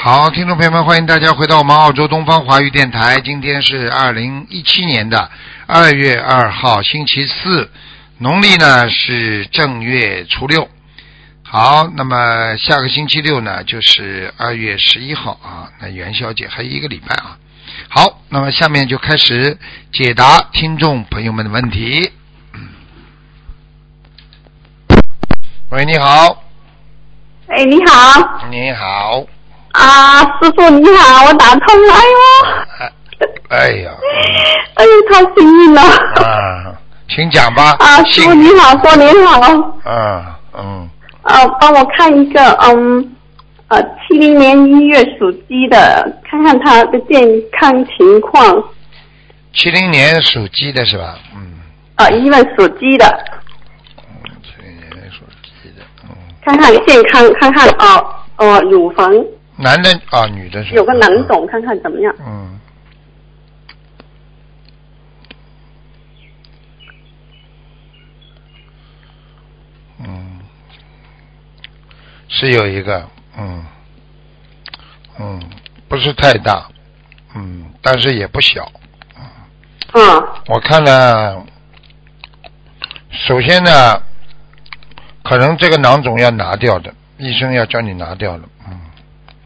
好，听众朋友们，欢迎大家回到我们澳洲东方华语电台。今天是二零一七年的二月二号，星期四，农历呢是正月初六。好，那么下个星期六呢就是二月十一号啊，那元宵节还有一个礼拜啊。好，那么下面就开始解答听众朋友们的问题。喂，你好，哎，你好你好，啊，师傅你好，我打通了，哎呦，哎，哎呀， 哎呦，太幸运了！啊，请讲吧。啊，师傅姓你好，过年好！啊，嗯，呃，帮我看一个，嗯，呃，七零年一月属鸡的，看看他的健康情况。七零年属鸡的是吧？嗯，呃，一月属鸡的，七零年属鸡的，嗯，看看健康，看看哦，呃，乳房男的啊，女的是吧有个囊。肿，看看怎么样？嗯。嗯，是有一个，嗯，嗯，不是太大，嗯，但是也不小，嗯，我看了，首先呢，可能这个囊肿要拿掉的，医生要叫你拿掉的，嗯，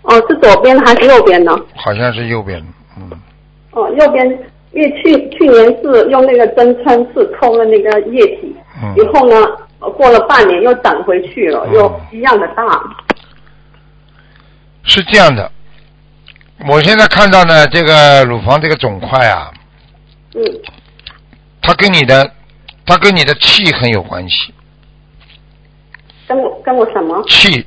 哦，是左边还是右边呢？好像是右边的，嗯，哦，右边，因为去去年是用那个针穿刺冲了那个液体，嗯以后呢，呃过了半年又长回去了，嗯又一样的大。是这样的，我现在看到呢，这个乳房这个肿块啊，嗯，它跟你的，它跟你的气很有关系，跟我跟我什么？气，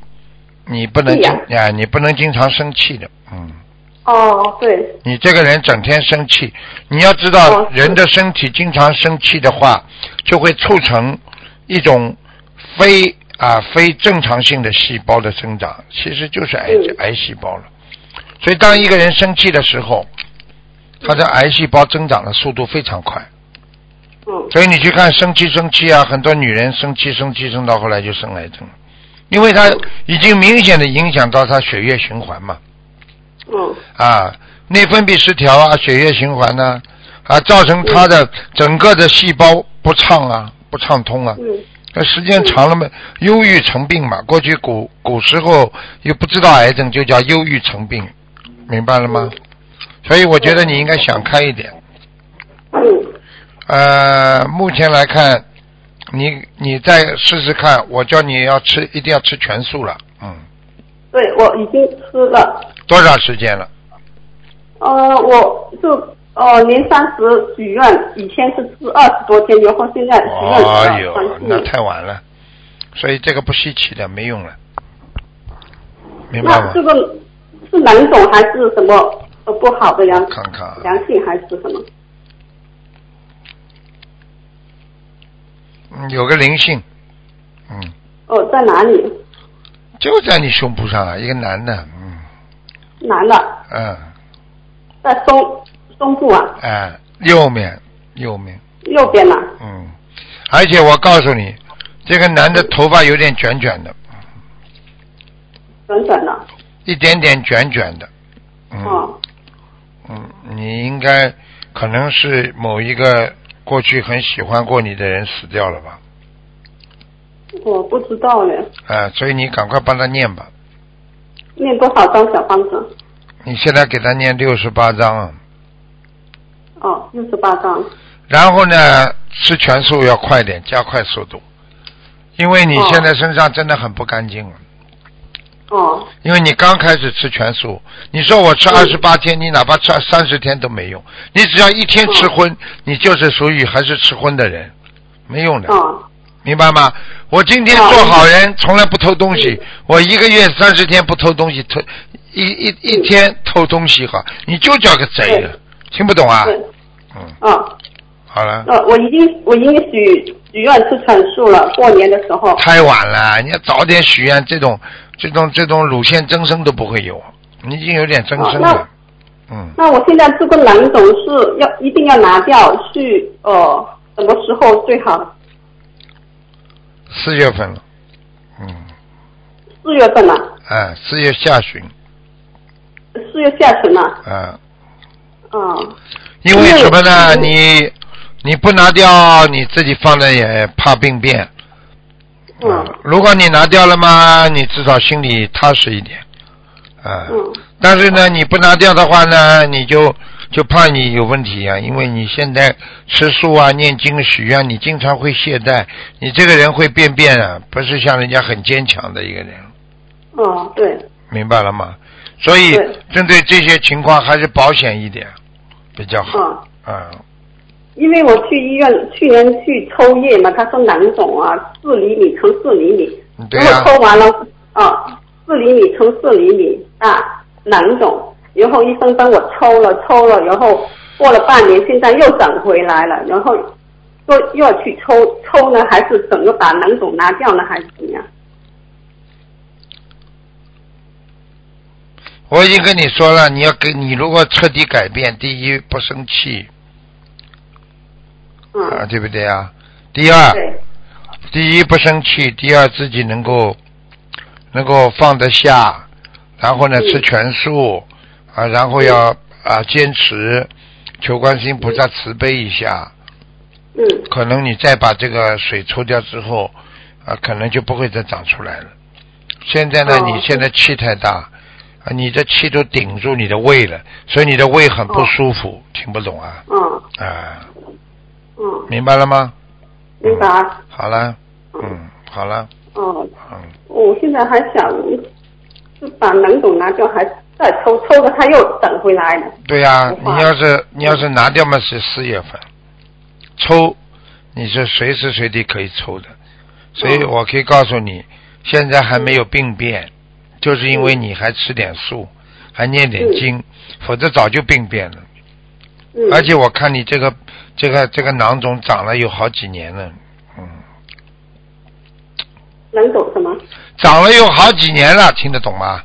你不能对经呀哎，你不能经常生气的，嗯。哦，对，你这个人整天生气，你要知道哦，是人的身体经常生气的话，就会促成一种非啊非正常性的细胞的生长，其实就是癌嗯癌细胞了。所以，当一个人生气的时候，他的癌细胞增长的速度非常快。嗯，所以你去看生气生气啊，很多女人生气生气生到后来就生癌症了，因为她已经明显的影响到她血液循环嘛。嗯，啊，内分泌失调啊，血液循环呐、啊，造成他的整个的细胞不畅啊，不畅通啊。嗯，那时间长了嘛，忧郁成病嘛。过去古古时候又不知道癌症，就叫忧郁成病，明白了吗？所以我觉得你应该想开一点。嗯，呃，目前来看，你你再试试看，我叫你要吃，一定要吃全素了。嗯，对，我已经吃了，多少时间了？呃，我就哦年三十许愿，以前是吃二十多天，然后现在许愿哎吃呦了三，那十。太晚了，所以这个不稀奇的，没用了，明白那吗这？个是囊肿还是什么呃不好的呀？看看啊，良性还是什么？嗯有个灵性，嗯，哦，在哪里？就在你胸部上啊，一个男的，嗯男的，嗯在胸胸部啊，哎，右面右面，右边啊呐、嗯，而且我告诉你，这个男的头发有点卷卷的，短短的。一点点卷卷的，嗯哦，嗯，你应该可能是某一个过去很喜欢过你的人死掉了吧？我不知道嘞，啊，所以你赶快帮他念吧。念多少张小方子？你现在给他念六十八章啊，哦，六十八张。然后呢，吃全素要快点，加快速度，因为你哦现在身上真的很不干净了。哦，因为你刚开始吃全素，你说我吃二十八天，你哪怕吃三十天都没用，你只要一天吃荤，你就是属于还是吃荤的人，没用的，哦，明白吗？我今天做好人，从来不偷东西，我一个月三十天不偷东西，偷一一一天偷东西哈，你就叫个贼了，听不懂啊？对，嗯，哦，好了。呃，我已经我已经许许愿吃全素了，过年的时候。太晚了，你要早点许愿，这种这种这种乳腺增生都不会有，你已经有点增生了，哦嗯，那我现在这个囊肿是要一定要拿掉，去呃什么时候最好？四月份了，嗯，四月份啊。哎，四月下旬，四月下旬呢。嗯，嗯，因为什么呢？因你你不拿掉，你自己放着也怕病变。嗯如果你拿掉了嘛，你至少心里踏实一点。啊、嗯但是呢，你不拿掉的话呢，你就就怕你有问题啊，因为你现在吃素啊、念经、许愿，你经常会懈怠，你这个人会变变啊，不是像人家很坚强的一个人，嗯，对，明白了吗？所以对针对这些情况，还是保险一点比较好。嗯。啊、因为我去医院，去年去抽液嘛，他说囊肿啊，四厘米乘四厘米，对然呀、后抽完了，啊，四厘米乘四厘米大囊肿，然后医生帮我抽了抽了，然后过了半年，现在又长回来了，然后又又要去抽抽呢，还是整个把囊肿拿掉呢，还是怎么样？我已经跟你说了，你要给你如果彻底改变，第一不生气嗯，啊，对不对啊？第二，对，第一不生气，第二自己能够能够放得下，然后呢嗯吃全素啊，然后要啊坚持，求观世音菩萨慈悲一下。嗯可能你再把这个水抽掉之后啊，可能就不会再长出来了。现在呢，哦你现在气太大啊，你的气都顶住你的胃了，所以你的胃很不哦舒服，听不懂啊嗯啊，嗯，明白了吗？明白。好了，嗯嗯，好了，哦，嗯。我现在还想是把囊肿拿掉，还再抽抽了，它又长回来了。对呀、不你画要是你要是拿掉嘛是四月份，抽你是随时随地可以抽的，所以嗯我可以告诉你，现在还没有病变，嗯就是因为你还吃点素，还念点经，否则早就病变了。嗯，而且我看你这个这个这个囊肿长了有好几年了，嗯，囊肿什么？长了有好几年了，听得懂吗？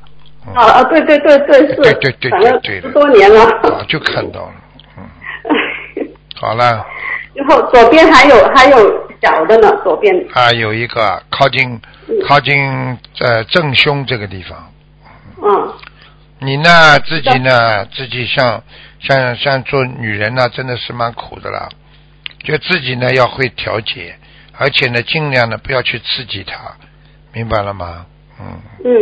嗯，啊啊，对对对对是，对对对反正对对十多年了。早啊就看到了，嗯，好了。 然后左边还有还有小的呢，左边。啊，有一个啊靠近嗯靠近呃正胸这个地方，嗯你呢自己呢自己像像像做女人呢，真的是蛮苦的啦，就自己呢要会调节，而且呢尽量呢不要去刺激它，明白了吗？嗯，嗯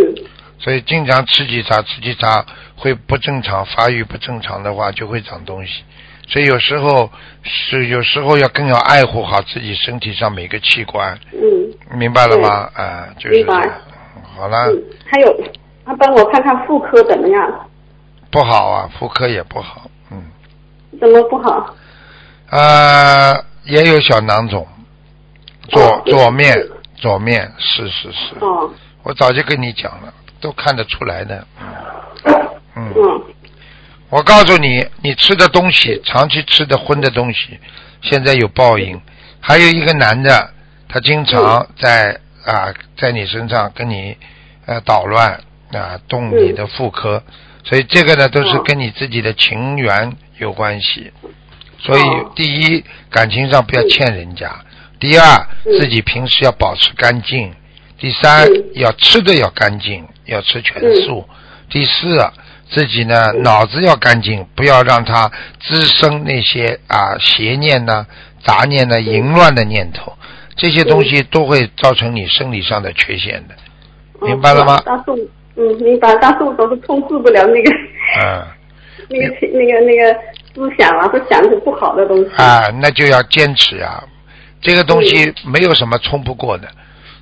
所以经常刺激它，刺激它会不正常发育不正常的话就会长东西，所以有时候是有时候要更要爱护好自己身体上每个器官，嗯明白了吗？啊、就是明白这样。好了，嗯，还有，他帮我看看妇科怎么样？不好啊，妇科也不好，嗯，怎么不好？呃，也有小囊肿，左哦对左面是左面是是是，哦，我早就跟你讲了，都看得出来的，嗯嗯，嗯我告诉你，你吃的东西，长期吃的荤的东西，现在有报应。还有一个男的，他经嗯常在啊、在你身上跟你呃捣乱啊、动你的妇科，所以这个呢都是哦跟你自己的情缘有关系。所以哦第一，感情上不要欠人家；第二，嗯自己平时要保持干净；第三嗯，要吃的要干净，要吃全素；第四，啊自己呢嗯脑子要干净，不要让它滋生那些啊邪念呢、杂念嗯呢、淫乱的念头，这些东西都会造成你生理上的缺陷的。嗯明白了吗大树，嗯，明白。大树都是控制不了那个嗯 那个情那个那个思想啊，会想着不好的东西。啊，那就要坚持啊，这个东西嗯没有什么冲不过的，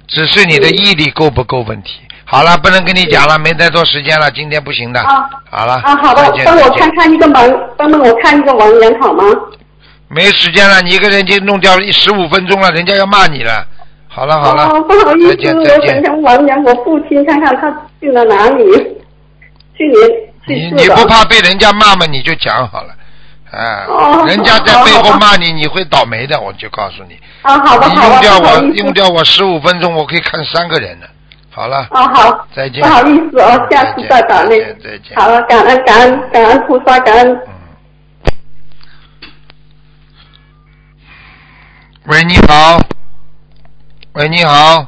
只是你的毅力够不够问题。好了，不能跟你讲了，没太多时间了，今天不行的。啊好了，啊，好的再，见帮再我见看看一个盲，帮帮我看一个盲人好吗？没时间了，你一个人就弄掉十五分钟了，人家要骂你了。好了好了，哦，不好意再见思，再我想见。想盲人，我父亲看看他去了哪里？去年你去你世不了。怕被人家骂吗？你就讲好了，啊，哦人家在好背后好骂你，你会倒霉的，我就告诉你。啊，好的你好用掉的，不我好意用思。掉我十五分钟，我可以看三个人呢。好了，哦，好，再见不好意思哦，下次再打那再个见再。见好了，感恩感恩感恩菩萨，感恩。嗯。喂，你好。喂，你好。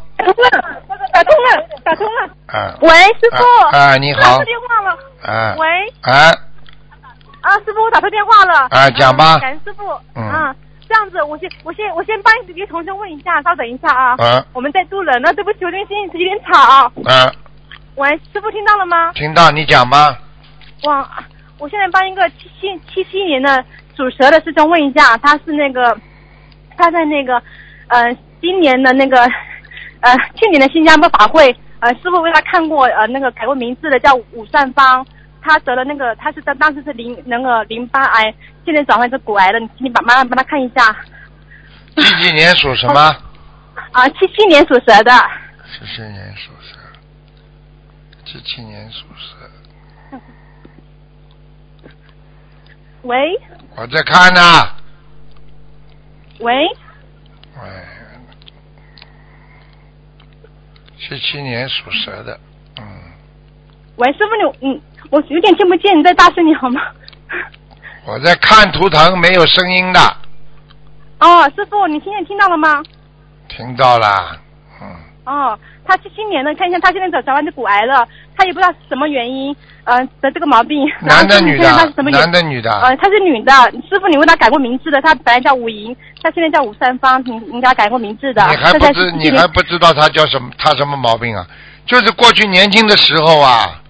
打通了，打通了，打通了。嗯，喂，师傅。啊啊你好打错电话了。啊，喂，啊，啊，师傅，我打错电话了。啊讲吧感恩师傅。嗯啊，这样子，我先，我先，我先帮一个同学问一下，稍等一下啊。啊，我们在住人呢，对不起，我这边声音有点吵。啊，喂，师傅听到了吗？听到你讲吧。我我现在帮一个七七七七年的属蛇的师兄问一下，他是那个他在那个呃今年的那个呃去年的新加坡法会，呃师傅为他看过呃那个改过名字的叫武善芳，他得了那个他是当当时是淋那个淋巴癌，现在转换成骨癌了，你请你把妈妈帮他看一下几几年属什么？啊，七七年属蛇的，十七年属蛇，七七年属蛇。喂我在看呢、喂，哎，七七年属蛇的，嗯，喂师傅你嗯我有点听不见，你再大声点好吗？我在看图腾，没有声音的，哦，师傅，你现在听到了吗？听到啦，嗯，哦，他七七年的，看一下他现在转转弯就骨癌了，他也不知道是什么原因，呃，得这个毛病。男的然后女 看看他是的什，么原男的女的，啊呃，她是女的，师傅，你为她改过名字的，她本来叫吴莹，她现在叫吴三芳，你你给她改过名字的。你还这不才知是你还不知道他叫什么，他什么毛病啊？就是过去年轻的时候啊，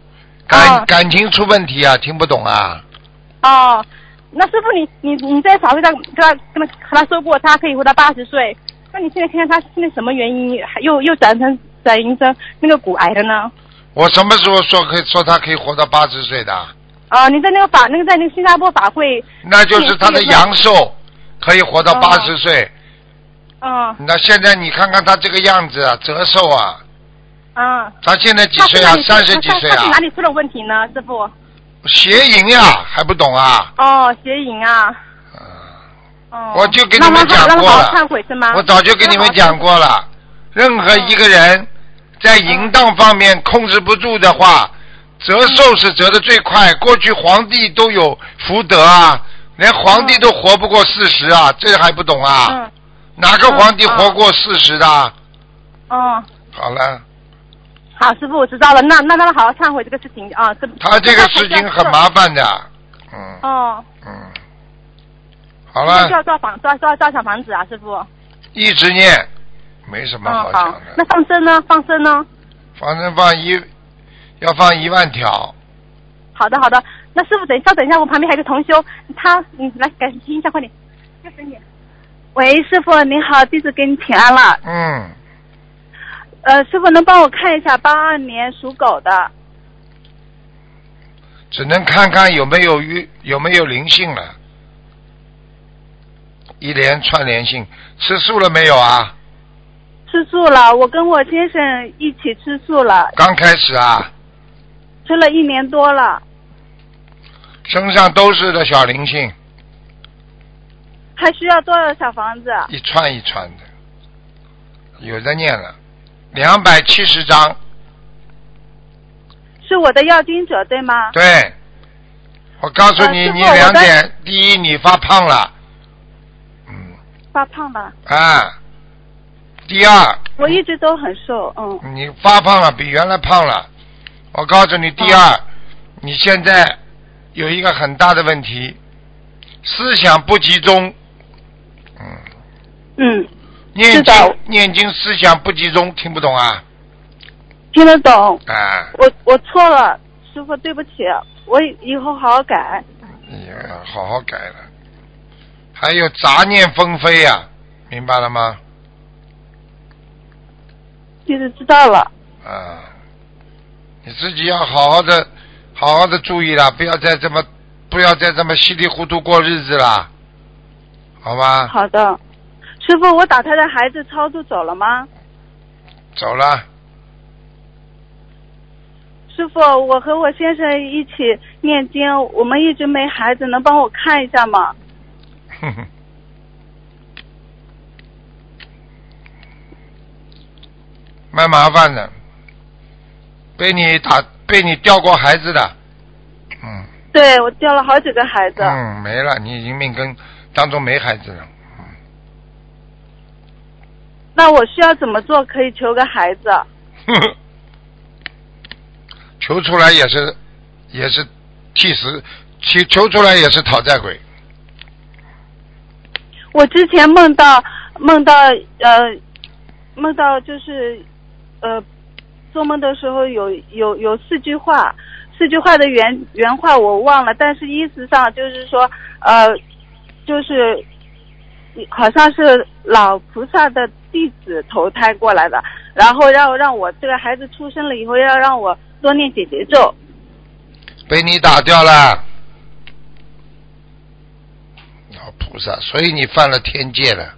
感、哦感情出问题啊，听不懂啊，哦，那师傅你你你在法会上跟他跟他和他说过，他可以活到八十岁，那你现在看看他现在什么原因，还又又转成转型成那个骨癌的呢？我什么时候说可以说他可以活到八十岁的？啊、你在那个法那个在那个新加坡法会，那就是他的是是阳寿可以活到哦八十岁。嗯那现在你看看他这个样子啊，折寿啊，嗯。他现在几他岁是啊哪？里出三十几岁他啊是哪？里出了问题呢，师傅？邪淫呀、还不懂啊？哦，邪淫啊。哦。嗯我就跟你们讲那过他好好了忏悔是吗？哦我早就跟你们讲过了，任何一个人在淫荡方面控制不住的话，折寿是折的最快。过去皇帝都有福德啊，连皇帝都活不过四十啊，这还不懂啊？嗯。哪个皇帝嗯活过四十的啊？哦，好了，好，师傅，我知道了。那那那他好好忏悔这个事情啊，这他这个事情很麻。烦的，嗯哦，嗯，好好了。需要造房，需要需要造小房子啊，师傅。一直念，没什么嗯，好好讲。的那。放生呢？放生呢？反正放一，要放一万条。好的，好的。那师傅等稍等一下，我旁边还有个同修，他你来赶紧听一下，快点。大声点喂，师傅您好，弟子给你请安了。嗯，呃，师傅能帮我看一下八二年属狗的？只能看看有没有鱼，有没有灵性了。一连串灵性，吃素了没有啊？吃素了，我跟我先生一起吃素了，刚开始啊，吃了一年多了，身上都是的小灵性，还需要多少小房子？一串一串的，有的念了，两百七十张，是我的要经者对吗？对。我告诉呃你，师傅你我两在点：第一，你发胖了，嗯，发胖了，啊，第二，我一直都很瘦，嗯，你发胖了，比原来胖了。我告诉你，第二，你现在有一个很大的问题，思想不集中。嗯，嗯，念是的经念经思想不集中，听不懂啊？听得懂。啊，我我错了，师傅对不起，我以后好好改。你要好好改了。还有杂念纷飞呀、明白了吗？弟子知道了，啊，你自己要好好的，好好的注意啦，不要再这么，不要再这么稀里糊涂过日子啦，好吗？好的。师傅，我打胎的孩子超度走了吗？走了，师傅，我和我先生一起念经，我们一直没孩子，能帮我看一下吗？哼哼。 蛮麻烦的，被你打，被你掉过孩子的，嗯对，我掉了好几个孩子。嗯，没了，你已经命根当中没孩子了，那我需要怎么做可以求个孩子？哼 求出来也是也是替死，求求出来也是讨债鬼。我之前梦到梦到呃梦到就是呃做梦的时候有有有四句话，四句话的原原话我忘了，但是意思上就是说呃就是好像是老菩萨的弟子投胎过来的，然后要让我这个孩子出生了以后要让我多念姐姐咒，被你打掉了。老哦菩萨，所以你犯了天界了，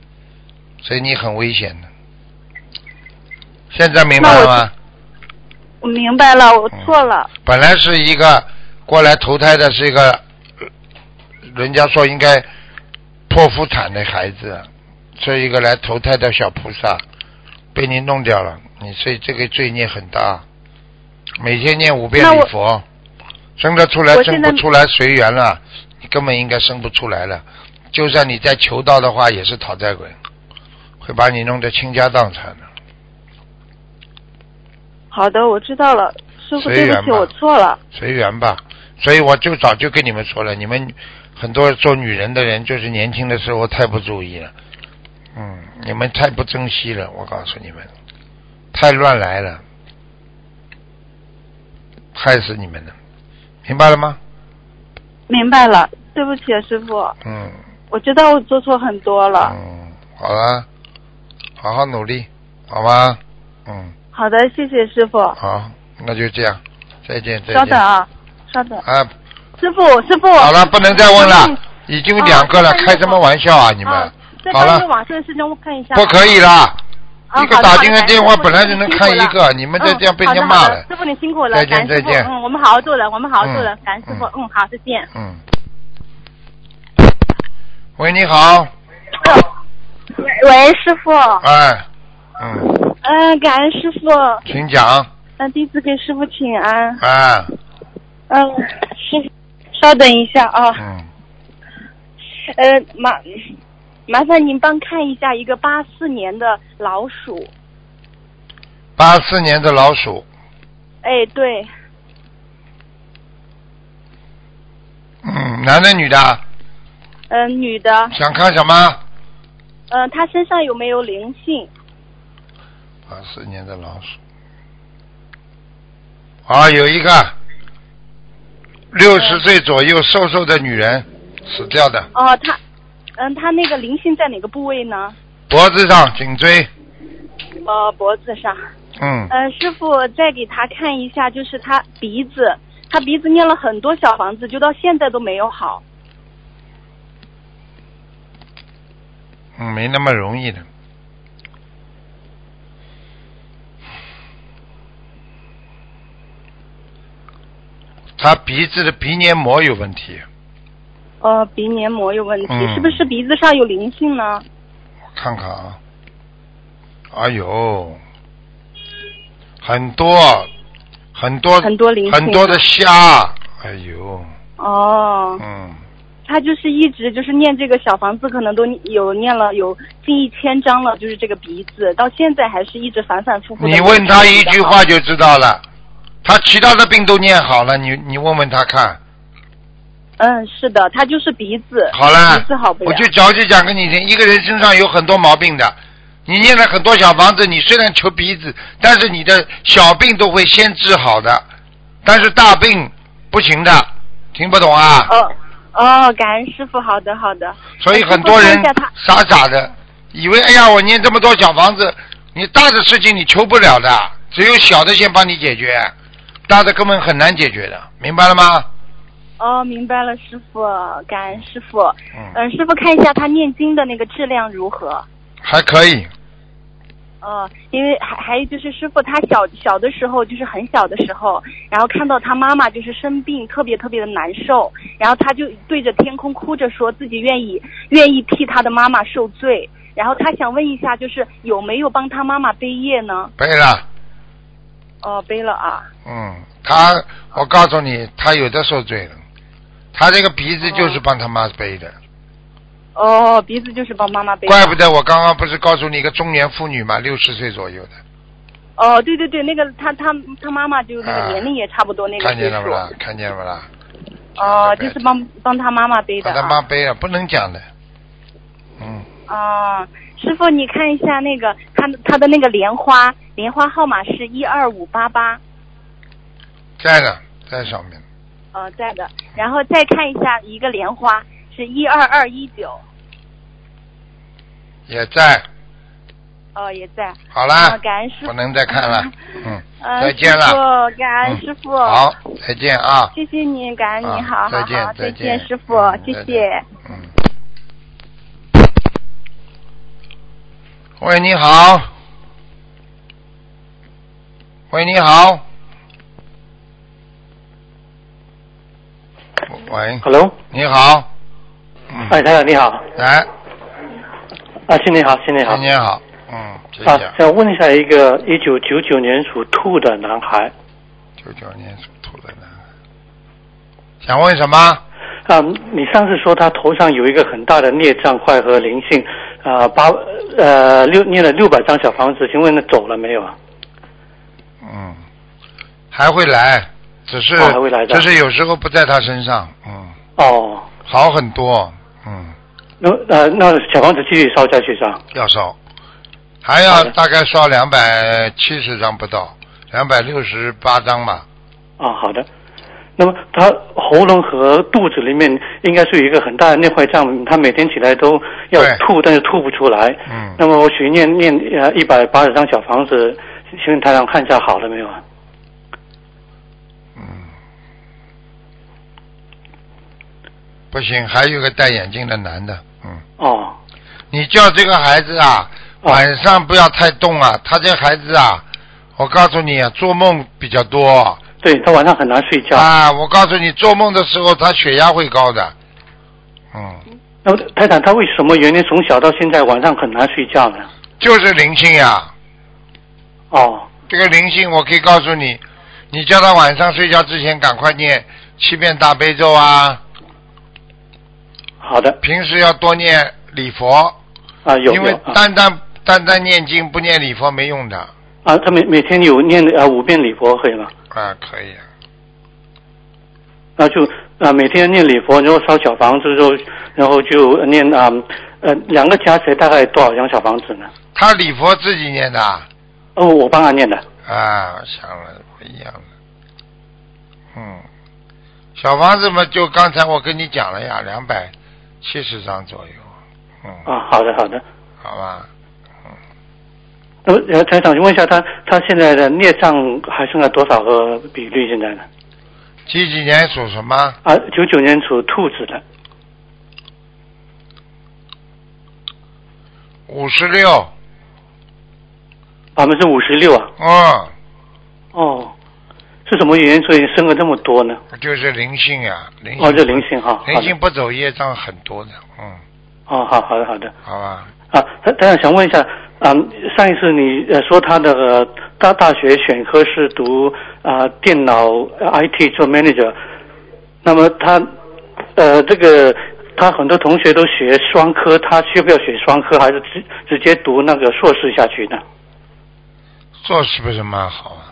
所以你很危险的。现在明白了吗？我明白了，我错了。本来是一个过来投胎的，是一个呃人家说应该剖腹产的孩子，这一个来投胎的小菩萨，被你弄掉了，你所以这个罪孽很大。每天念五遍那礼我佛，生得出来我生现不在出来随缘了，你根本应该生不出来了。就算你再求道的话，也是讨债鬼，会把你弄得倾家荡产的。好的，我知道了，师傅，随对缘不起，吧我错了。随缘吧。所以我就早就跟你们说了，你们很多做女人的人，就是年轻的时候太不注意了，嗯，你们太不珍惜了，我告诉你们，太乱来了，害死你们了，明白了吗？明白了，对不起，啊师傅，嗯我知道我做错很多了。嗯，好了，好好努力，好吧？嗯，好的，谢谢师傅，好，那就这样，再见，再稍见等。啊，稍等。啊，师傅，师傅。好了，不能再问嗯哦了，已经两个了啊，开什么玩笑啊，你们？啊，再好了帮一个往生的师兄看一下吧。不可以啦！啊一个好的打好的进来感谢电话师傅本来就您能辛看苦一了个你们再嗯这样被好人的家好骂的了师傅您辛苦了，再见感恩师傅再见嗯，我们好好做人，我们好好做人嗯，感恩师傅，嗯嗯，好，再见。嗯。喂，你好，喂，师傅，哎，嗯，嗯，感恩师傅，请讲，嗯，弟子给师傅请安，哎，嗯，师傅，稍等一下啊，嗯，呃，麻麻烦您帮看一下一个八四年的老鼠，八四年的老鼠，哎，对，嗯，男的女的，嗯、女的，想看什么？嗯、她身上有没有灵性？八四年的老鼠，啊，有一个六十岁左右瘦瘦的女人死掉的，哦、她，嗯、她那个灵性在哪个部位呢？脖子上、颈椎，呃，脖子上。嗯，呃，师傅再给她看一下，就是她鼻子，她鼻子念了很多小房子，就到现在都没有好。嗯，没那么容易的。他鼻子的鼻黏膜有问题，呃，鼻黏膜有问题，嗯是不是鼻子上有灵性呢？我看看啊，哎呦，很多很多很多灵性啊很多的虾，哎呦，哦，嗯，他就是一直就是念这个小房子，可能都有念了有近一千章了，就是这个鼻子，到现在还是一直反反复复。你问他一句话，就知道了，他其他的病都念好了，你你问问他看，嗯，是的，他就是鼻子，好了鼻子好不，了我就早就讲给你听，一个人身上有很多毛病的。你念了很多小房子，你虽然求鼻子，但是你的小病都会先治好的，但是大病不行的，听不懂啊？哦哦，感恩师傅，好的好的，呃所以很多师人傅看一下他傻傻的，以为哎呀，我念这么多小房子，你大的事情你求不了的，只有小的先帮你解决，大的根本很难解决的，明白了吗？哦，明白了，师傅，感恩师傅，嗯嗯、师傅看一下他念经的那个质量如何？还可以，呃，因为还还有就是师傅他小小的时候，就是很小的时候，然后看到他妈妈就是生病，特别特别的难受，然后他就对着天空哭着说自己愿意愿意替他的妈妈受罪，然后他想问一下，就是有没有帮他妈妈背业呢？背了。哦，背了啊，嗯，他，我告诉你，他有的受罪了，他这个鼻子就是帮他妈背的，哦，鼻子就是帮妈妈背的。怪不得我刚刚不是告诉你一个中年妇女嘛，六十岁左右的，哦，对对对，那个他他他妈妈就那啊个年龄也差不多那个看岁见了数不。啦？看见了不啦？哦，对就是帮帮他妈妈背的把他妈啊。背了，不能讲的。嗯，啊，师傅，你看一下那个他他的那个莲花，莲花号码是一二五八八，在的，在上面。呃，在的。然后再看一下一个莲花是一二二一九，也在。哦，也在。好啊，啦，感恩师不傅。能再看 了。嗯，呃，再见师了。嗯傅，感恩师傅。好，再见啊。谢谢你，感恩你，好啊好再好见，，再见，师傅嗯，谢。再谢见。嗯。喂，你好。喂，你好。喂， Hello，你好。嗯，哎，台长你好，来，啊，新年好，新年好，新年好。嗯，谢谢啊，。想问一下一个一九九九年属兔的男孩，九九年属兔的男孩，想问什么？啊，你上次说他头上有一个很大的孽障块和灵性，啊，八呃六念了六百张小房子，请问他走了没有？啊？嗯，还会来，只是、哦还会来的只是有时候不在他身上，嗯，哦，好很多，嗯，那呃那小房子继续烧下去是吧？要烧，还好要的大概烧两百七十张不到，两百六十八张吧，啊，好的。那么他喉咙和肚子里面应该是有一个很大的内坏胀，他每天起来都要对吐，但是吐不出来。嗯，那么我许念念呃一百八十张小房子，请问台长看一下好了没有？啊？嗯，不行，还有个戴眼镜的男的，嗯，哦，你叫这个孩子啊，哦晚上不要太动啊，他这孩子啊，我告诉你啊，做梦比较多对他晚上很难睡觉。啊，我告诉你，做梦的时候他血压会高的，嗯。那么台长他为什么原因从小到现在晚上很难睡觉呢？就是灵性呀、哦，这个灵性我可以告诉你，你叫他晚上睡觉之前赶快念七遍大悲咒啊，好的平时要多念礼佛，啊，有因有为啊单单单单念经不念礼佛没用的啊，他每每天有念啊五遍礼佛可以吗？啊，可以啊，那就啊每天念礼佛，然后烧小房子，之后然后就念啊呃两个加起来大概多少张小房子呢？他礼佛自己念的啊，哦，我帮他念的。啊我想了不一样的，嗯，小房子嘛，就刚才我跟你讲了呀，两百七十张左右，嗯，啊，好的好的。好吧，那么呃，台长，请问一下他他现在的孽障还剩下多少个比率？现在呢？几几年属什么？啊，九九年属兔子的，五十六，百分之五十六啊。嗯。哦，是什么原因所以升了这么多呢？就是灵性呀、灵性哦，这灵性哈、好灵的性不走业障很多的，嗯，哦，好好的好的好吧，啊，台台长想问一下，啊、上一次你呃说他的、呃、大大学选科是读啊、电脑、呃 IT 做 manager，那么他呃这个他很多同学都学双科，他需不要学双科，还是直直接读那个硕士下去呢？做是不是蛮好啊？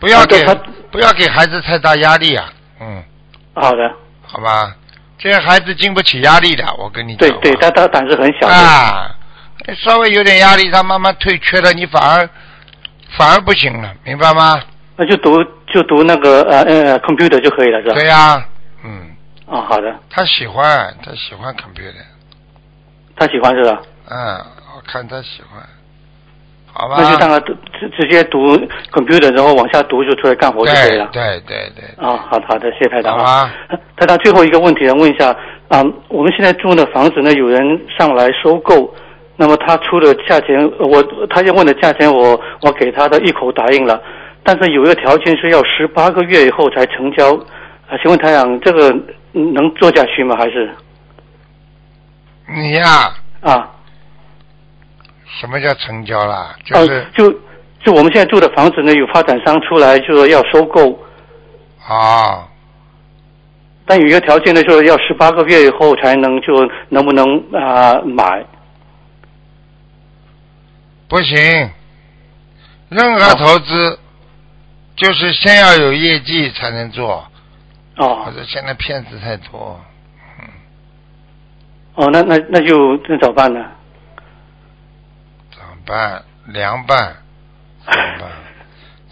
不要啊对给、他不要给孩子太大压力啊，嗯，好的，好吧，这些孩子经不起压力的，我跟你讲对啊，对，他他胆子很小的。啊，稍微有点压力，他慢慢退却了，你反而反而不行了，明白吗？那就读就读那个呃呃 computer 就可以了，是吧？对呀、嗯，哦，好的，他喜欢他喜欢 computer，他喜欢是吧？嗯，我看他喜欢，好吧，那就让他读直直接读 computer，然后往下读就出来干活就可以对了。对对对，啊、好的好的，谢谢台长好啊吧。台长，最后一个问题想问一下，啊、我们现在住的房子呢，有人上来收购，那么他出的价钱，我他要问的价钱我，我给他的一口答应了，但是有一个条件是要十八个月以后才成交，啊，请问台长，这个嗯能做下去吗？还是你呀、啊？什么叫成交啦？就是呃、就就我们现在住的房子呢，有发展商出来就说要收购，啊、但有一个条件呢，就是要十八个月以后才能就能不能啊、买。不行，任何投资就是先要有业绩才能做。哦或者现在骗子太多，哦，那那那就那怎么办呢？怎么办？凉拌，怎么办？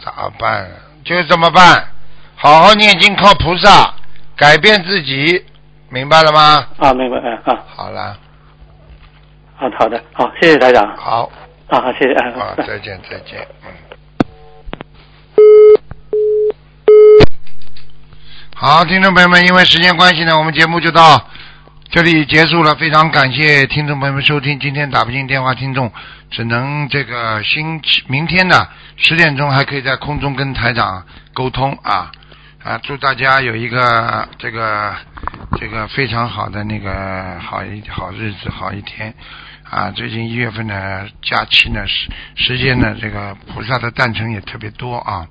咋办？就这么办，好好念经，靠菩萨，改变自己，明白了吗？ 啊，明白啊啊，好了，好好的，好，谢谢台长啊好，好，谢谢啊。啊， 再见，再见，嗯。好，听众朋友们，因为时间关系呢，我们节目就到这里结束了。非常感谢听众朋友们收听，今天打不进电话，听众只能这个星期明天呢十点钟还可以在空中跟台长沟通啊啊！祝大家有一个这个这个非常好的那个好一好日子好一天啊！最近一月份呢，假期呢时时间呢，这个菩萨的诞辰也特别多啊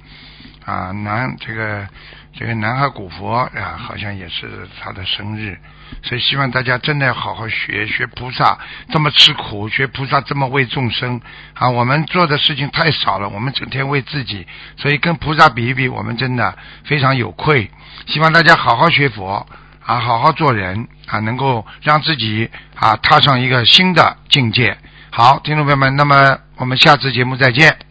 啊南这个。这个南海古佛啊，好像也是他的生日，所以希望大家真的要好好学学菩萨，这么吃苦，学菩萨这么为众生啊！我们做的事情太少了，我们整天为自己，所以跟菩萨比一比，我们真的非常有愧。希望大家好好学佛啊，好好做人啊，能够让自己啊踏上一个新的境界。好，听众朋友们，那么我们下次节目再见。